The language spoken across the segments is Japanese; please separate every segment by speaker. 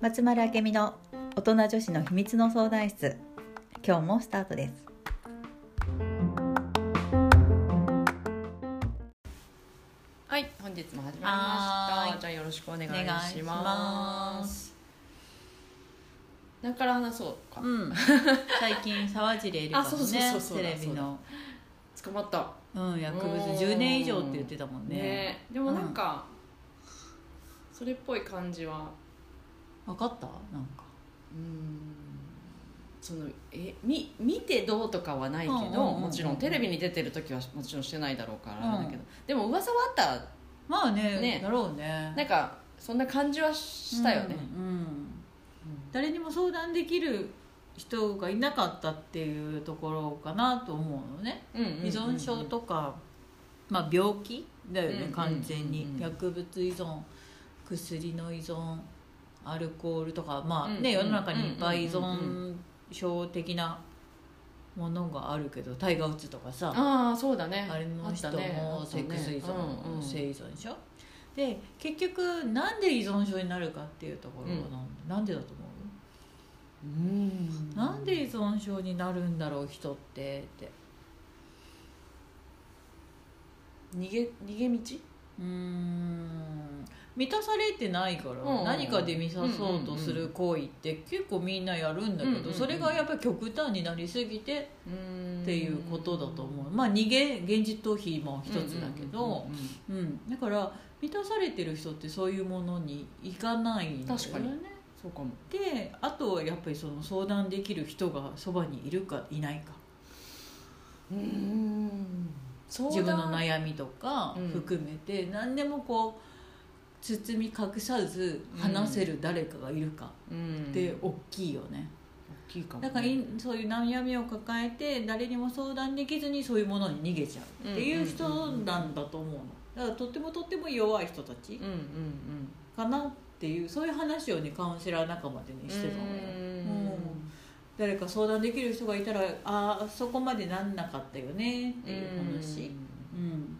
Speaker 1: 松丸明美の大人女子の秘密の相談室今日もスタートです
Speaker 2: はい、本日も始まり
Speaker 1: は
Speaker 2: ま
Speaker 1: ーい
Speaker 2: した。じゃあよろしくお願いし
Speaker 1: お願いしま
Speaker 2: ますす。何から話そうか。
Speaker 1: うん 最近沢尻エリカ
Speaker 2: あ
Speaker 1: の
Speaker 2: そうそう
Speaker 1: ね
Speaker 2: そうそう
Speaker 1: テレビの
Speaker 2: 捕まった。
Speaker 1: うん薬物
Speaker 2: うん
Speaker 1: 10年以上って言ってたもん
Speaker 2: ね
Speaker 1: ね
Speaker 2: でもなんか、それっぽい感じは、
Speaker 1: 分かったなんか
Speaker 2: うん、そのえみ見てどうとかはないけど、
Speaker 1: うんうんうんうん
Speaker 2: もちろんテレビに出てる時はもちろんしてないだろうからあれだけど、でも噂はあっ
Speaker 1: まあね
Speaker 2: ね
Speaker 1: だろう
Speaker 2: た。
Speaker 1: ね
Speaker 2: なんかそんな感じはしたよね。
Speaker 1: うんうん誰にも相談できる人がいなかったっていうところかなと思うのね
Speaker 2: うんうんうんうん
Speaker 1: 依存症とか、まあ、病気だよ
Speaker 2: うんうんうん
Speaker 1: ね
Speaker 2: うん
Speaker 1: 完全に薬物依存薬の依存アルコールとかまあね
Speaker 2: うん
Speaker 1: 世
Speaker 2: うん
Speaker 1: の中にいっぱい依
Speaker 2: うんうんう
Speaker 1: 存症的なものがあるけどタイガー・ウッズとかさ
Speaker 2: ああそうだね
Speaker 1: あれの人
Speaker 2: あったね
Speaker 1: もセックス依存、
Speaker 2: うんうん
Speaker 1: 性依存でしょで結局なんで依存症になるかっていうところはなん,、なんでだと思う
Speaker 2: うん
Speaker 1: なんで依存症になるんだろう人ってって
Speaker 2: 逃げ逃げ道
Speaker 1: うーん満たされてないから、
Speaker 2: うん
Speaker 1: 何かで満たそうとする行為って結構みんなやるんだけど、
Speaker 2: うんうんうん
Speaker 1: それがやっぱり極端になりすぎて
Speaker 2: っ
Speaker 1: っていうことだと思う、まあ逃げ現実逃避も一つだけど、うんだから満たされてる人ってそういうものにいかないんだよ
Speaker 2: 確かに
Speaker 1: ね
Speaker 2: そうかも
Speaker 1: であとはやっぱりその相談できる人がそばにいるかいないか
Speaker 2: うん相
Speaker 1: 自分の
Speaker 2: い
Speaker 1: 悩みとか
Speaker 2: うん
Speaker 1: 含めて何でもこう包み隠さず話せる誰かがいるか
Speaker 2: っ
Speaker 1: って大きいよね、
Speaker 2: 大きいかもね
Speaker 1: だからいそういう悩みを抱えて誰にも相談できずにそういうものに逃げちゃうっていう人なんだと思うのだからとってもとっても弱い人たち
Speaker 2: うんうんうん
Speaker 1: かなっていうそういう話をねカウンセラー仲間でねしてたのようん誰か相談できる人がいたらああそこまでなんなかったよねっていう話、うん、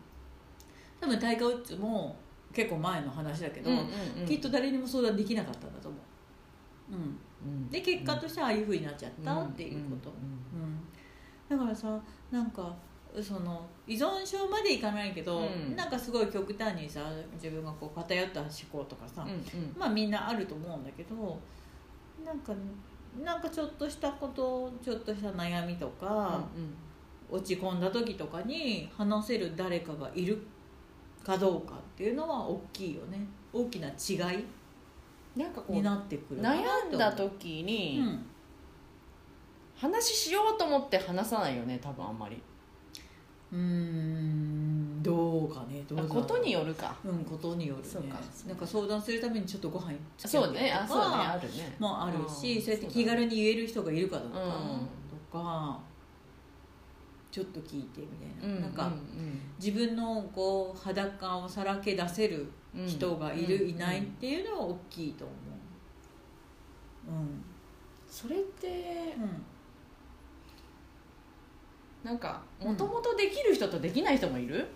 Speaker 1: 多分タイガー・ウッズも結構前の話だけど、きっと誰にも相談できなかったんだと思う、うん、で結果としてああいうふうになっちゃったっていうこと、うんだからさなんかその依存症までいかないけど、
Speaker 2: うん
Speaker 1: なんかすごい極端にさ自分がこう偏った思考とかさ、まあみんなあると思うんだけどなんかなんかちょっとしたことちょっとした悩みとか、落ち込んだ時とかに話せる誰かがいるかどうかっていうのは大きいよね大きな違い
Speaker 2: なんかこ
Speaker 1: に
Speaker 2: う
Speaker 1: なってくる
Speaker 2: 悩んだ
Speaker 1: と
Speaker 2: 時
Speaker 1: う
Speaker 2: に
Speaker 1: ん、
Speaker 2: 話しようと思って話さないよね多分あんまり
Speaker 1: うーんどうかねどうだ
Speaker 2: あ
Speaker 1: ろう
Speaker 2: ことによるか
Speaker 1: うんことによるね
Speaker 2: そうか
Speaker 1: なんか相談するためにちょっとご飯付き合
Speaker 2: そうう
Speaker 1: と
Speaker 2: ねあそうね
Speaker 1: か
Speaker 2: あるね
Speaker 1: もあるし、
Speaker 2: うん
Speaker 1: そうやって気軽に言える人がいるかどうか、
Speaker 2: うん
Speaker 1: とかちょっと聞いてみたいな、なん
Speaker 2: う
Speaker 1: か
Speaker 2: う
Speaker 1: 自分のこう裸をさらけ出せる
Speaker 2: うん
Speaker 1: 人がいる、
Speaker 2: うん
Speaker 1: いないっていうのは大きいと思ううん
Speaker 2: それって
Speaker 1: うん
Speaker 2: なんか
Speaker 1: うん
Speaker 2: もともとできる人とできない人もいる、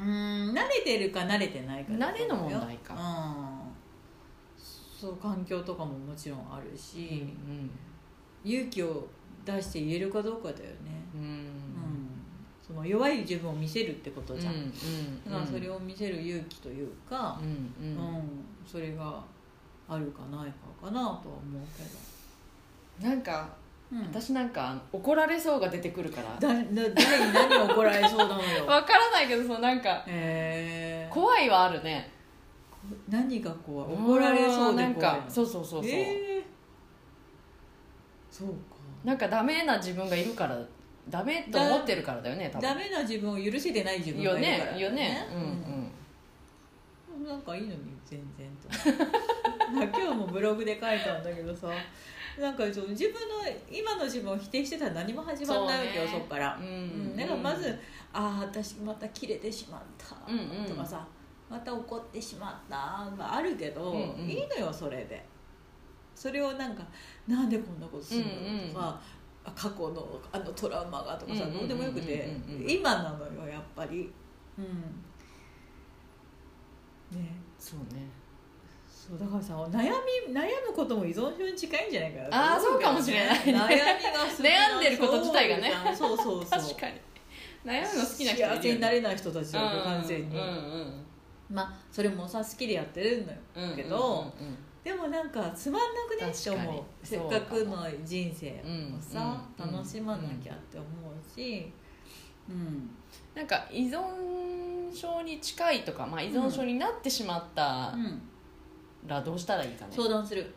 Speaker 1: うん慣れてるか慣れてないか
Speaker 2: 慣れの問題か
Speaker 1: うんそう環境とかももちろんあるし、勇気を出して言えるかどうかだよね、
Speaker 2: うん
Speaker 1: うんその弱い自分を見せるってことじゃん、だからそれ
Speaker 2: を
Speaker 1: を見せる勇気というか
Speaker 2: う、んう
Speaker 1: うん
Speaker 2: ん
Speaker 1: それがあるかないかかなとは思うけ
Speaker 2: なんか
Speaker 1: ど、うん、
Speaker 2: 私なんか怒られそうが出てくるから
Speaker 1: だだ誰に何を怒られそうなの よ
Speaker 2: わからないけどそのなんか
Speaker 1: えー、
Speaker 2: 怖いはあるね
Speaker 1: 何が怖い怒られそうで怖い
Speaker 2: なんかそうそうそうそう、
Speaker 1: えーそう
Speaker 2: なんかダメな自分がいるからダメと思ってるからだよね
Speaker 1: か
Speaker 2: 多分
Speaker 1: ダメな自分を許せてない自分
Speaker 2: よ
Speaker 1: がいるから
Speaker 2: ねよねうん
Speaker 1: うんなんかいいのに全然と 今日もブログで書いたんだけどさなんかそう自分の今の自分を否定してたら何も始まんないわけよ
Speaker 2: そう
Speaker 1: そ,、
Speaker 2: ね
Speaker 1: っから
Speaker 2: うん、う
Speaker 1: うん、だからまず「ああ私また切れてしまった」
Speaker 2: うんうん
Speaker 1: とかさ「また怒ってしまった」があるけど、
Speaker 2: うんうん
Speaker 1: いいのよそれでそれをなんか「なんでこんなことするの?」とか、あ過去のあのトラウマが」とかさ、
Speaker 2: うんうんうんうん
Speaker 1: どうでもよくて、
Speaker 2: うんうんうん
Speaker 1: 今なのよやっぱりうんね
Speaker 2: そうね
Speaker 1: そうだからさ悩み悩むことも依存症に近いんじゃないかな
Speaker 2: あーそうかもしれない
Speaker 1: 悩みが好きな
Speaker 2: 悩んでること自体がね
Speaker 1: そうそうそう
Speaker 2: 確かに悩むの好きな人いるよね
Speaker 1: 幸せになれない人たちだよ
Speaker 2: うん
Speaker 1: 完全に、
Speaker 2: うん
Speaker 1: まあそれもさ好きでやってるんだ
Speaker 2: うんうん
Speaker 1: けど、
Speaker 2: うんうん
Speaker 1: でもなんかつまんなくねって
Speaker 2: 確か
Speaker 1: 思う
Speaker 2: に
Speaker 1: せっかくの人生をさ、
Speaker 2: うんうん
Speaker 1: 楽しまなきゃって思うしうん、
Speaker 2: なんか依存症に近いとか、まあ、依存症になってしまった
Speaker 1: うん
Speaker 2: らどうしたらいいかね、
Speaker 1: 相談する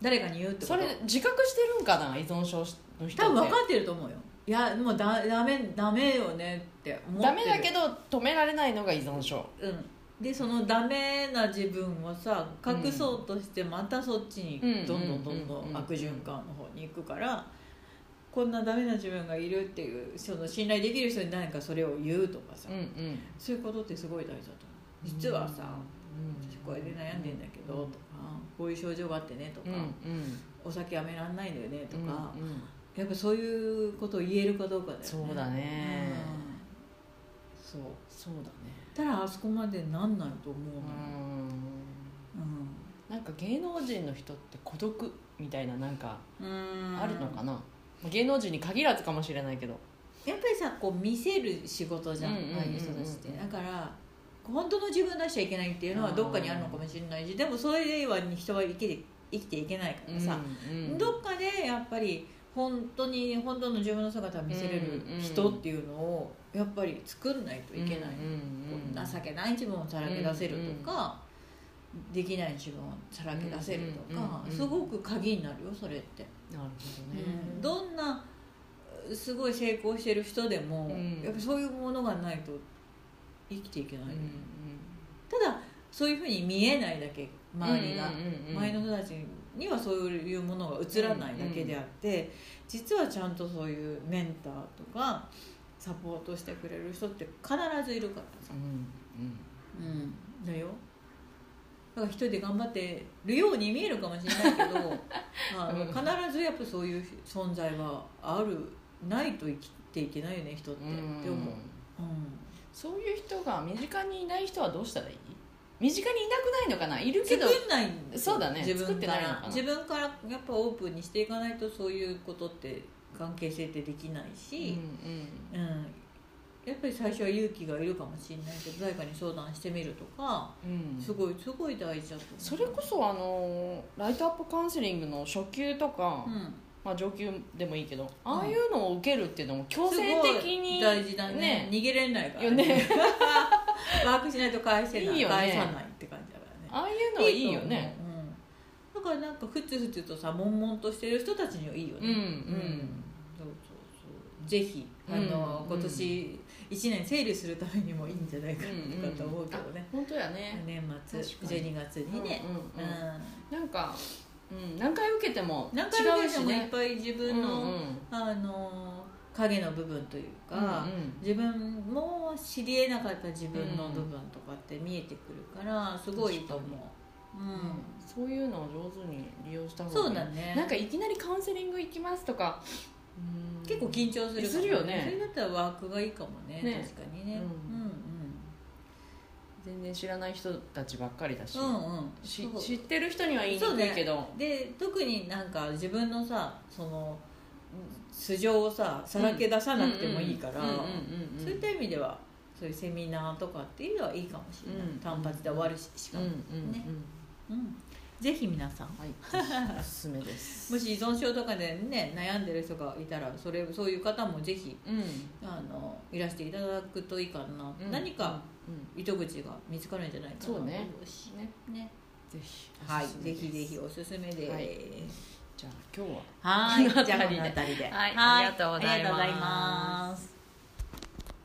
Speaker 1: 誰かに言うってこと
Speaker 2: それ自覚してるんかな依存症の人って
Speaker 1: 多分分かってると思うよいやもうだダメダメよねって思ってる
Speaker 2: ダメだけど止められないのが依存症
Speaker 1: うんでそのダメな自分をさ隠そうとしてまたそっちに
Speaker 2: うん
Speaker 1: どんどんどんど
Speaker 2: うんうんうんん
Speaker 1: 悪循環の方に行くからこんなダメな自分がいるっていうその信頼できる人に何かそれを言うとかさ、
Speaker 2: うんうん
Speaker 1: そういうことってすごい大事だと思う実はさ、
Speaker 2: うん
Speaker 1: 私これで悩んでんだけどとかこういう症状があってねと
Speaker 2: うん
Speaker 1: か、
Speaker 2: うん
Speaker 1: お酒やめらんないんだよねと
Speaker 2: うん
Speaker 1: か、
Speaker 2: うん
Speaker 1: やっぱそういうことを言えるかどうかだよね
Speaker 2: そうだね
Speaker 1: うんそう
Speaker 2: そうだね
Speaker 1: たらあそこまでなんないと思う
Speaker 2: う
Speaker 1: のよ、うん
Speaker 2: んなんか芸能人の人って孤独みたいななんかあ
Speaker 1: あ
Speaker 2: るのかな、まあ芸能人に限らずかもしれないけど
Speaker 1: やっぱりさこう見せる仕事じゃん
Speaker 2: うんうんうんうん
Speaker 1: ああいう人たちってだから本当の自分出しちゃいけないっていうのはどっかにあるのかもしれないしでもそれでは人は生きて生きていけないからさ、
Speaker 2: うんうん
Speaker 1: どっかでやっぱり本当に本当の自分の姿を見せれる人っていうのをやっぱり作んないといけない、
Speaker 2: うんうんうん
Speaker 1: こう情けない自分をさらけ出せるとか、できない自分をさらけ出せるとか、
Speaker 2: うんうんうん
Speaker 1: すごく鍵になるよそれって。
Speaker 2: なるほど
Speaker 1: ど
Speaker 2: ね、
Speaker 1: んなすごい成功してる人でも、
Speaker 2: うん
Speaker 1: やっぱそういうものがないと生きていけない、
Speaker 2: うんうん
Speaker 1: ただそういうふうに見えないだけ周りが、
Speaker 2: うんうんうん
Speaker 1: 周りの人たちにはそういうものが映らないだけであって、実はちゃんとそういうメンターとかサポートしてくれる人って必ずいるからさ
Speaker 2: う、んうん
Speaker 1: うん、だよだから一人で頑張ってるように見えるかもしれないけ どあの
Speaker 2: うん
Speaker 1: 必ずやっぱそういう存在はあるないと生きていけないよね人ってって思う、うん、
Speaker 2: そういう人が身近にいない人はどうしたらいい身近にいなくないのかないるけ
Speaker 1: 作
Speaker 2: ど
Speaker 1: んないんだよ
Speaker 2: そうだね
Speaker 1: 自分
Speaker 2: 作って
Speaker 1: か
Speaker 2: ないの
Speaker 1: ら
Speaker 2: かな
Speaker 1: 自分からやっぱオープンにしていかないとそういうことって関係性ってできないし、うんやっぱり最初は勇気がいるかもしれないけど誰かに相談してみるとか
Speaker 2: うんうん
Speaker 1: すごいすごい大事だと思う
Speaker 2: それこそあのライトアップカウンセリングの初級とか、
Speaker 1: うん
Speaker 2: まあ、上級でもいいけどああいうのを受けるっていうのも強
Speaker 1: すごい
Speaker 2: 制的に
Speaker 1: 大事だね
Speaker 2: ね
Speaker 1: 逃げれないから
Speaker 2: よ ね
Speaker 1: ワークしないと返せない
Speaker 2: いいよね
Speaker 1: 返さないって感じだからね
Speaker 2: ああいうのはいいよ
Speaker 1: と
Speaker 2: ね
Speaker 1: 思う、うん、だからなんかふつふつとさ悶々としてる人たちにはいいよね
Speaker 2: うんうん
Speaker 1: そうそうそうぜひあの、
Speaker 2: うんうん
Speaker 1: 今年1年整理するためにもいいんじゃないかなとかと思うけど
Speaker 2: あ
Speaker 1: ね、
Speaker 2: 本当やね
Speaker 1: 年
Speaker 2: 確か
Speaker 1: 末12
Speaker 2: に
Speaker 1: 月にね、
Speaker 2: うんうんうん
Speaker 1: うん
Speaker 2: なんか、うん、何回受けても違
Speaker 1: 何回も
Speaker 2: うし
Speaker 1: もいっ
Speaker 2: ね
Speaker 1: ぱい自分の、あの影の部分というか、
Speaker 2: うんうん
Speaker 1: 自分も知りえなかった自分の部分とかって見えてくるからすごいと思う、うん
Speaker 2: そういうのを上手に利用した方がいい
Speaker 1: そうだね
Speaker 2: なんかいきなりカウンセリング行きますとかうん
Speaker 1: 結構緊張するかも
Speaker 2: するよね
Speaker 1: それだったらワークがいいかもね
Speaker 2: ね
Speaker 1: 確かにね、
Speaker 2: うん全然知らない人たちばっかりだし,、
Speaker 1: うんうんうんうん
Speaker 2: し
Speaker 1: そう
Speaker 2: 知ってる人には言いにくいけど、
Speaker 1: で特になんか自分のさその素性をささらけ出さなくてもいいから、
Speaker 2: うんうんうんうんうん
Speaker 1: そういった意味ではそういうセミナーとかっていうのはいいかもしれない、
Speaker 2: うん
Speaker 1: 単発で終わるししか
Speaker 2: うん
Speaker 1: も、
Speaker 2: うんうん
Speaker 1: ねうんぜひ皆さん
Speaker 2: はいおすすめです
Speaker 1: もし依存症とかでね悩んでる人がいたらそれそういう方もぜひ
Speaker 2: うん
Speaker 1: あのいらしていただくといいかな、
Speaker 2: うん
Speaker 1: 何か
Speaker 2: うん
Speaker 1: 糸口が見つかるんじゃないかなと
Speaker 2: そうね
Speaker 1: 思うし
Speaker 2: ね
Speaker 1: ね
Speaker 2: ぜひ
Speaker 1: はい
Speaker 2: おすすめ
Speaker 1: ぜ
Speaker 2: です
Speaker 1: ひぜひおすすめです、
Speaker 2: はいじゃあ今日は
Speaker 1: はい
Speaker 2: この辺
Speaker 1: じゃあ
Speaker 2: りで
Speaker 1: この辺りで
Speaker 2: はいありがとうございます
Speaker 1: ありがとうございます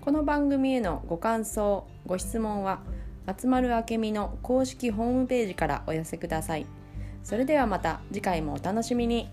Speaker 2: この番組へのご感想ご質問は松丸明美の公式ホームページからお寄せくださいそれではまた次回もお楽しみに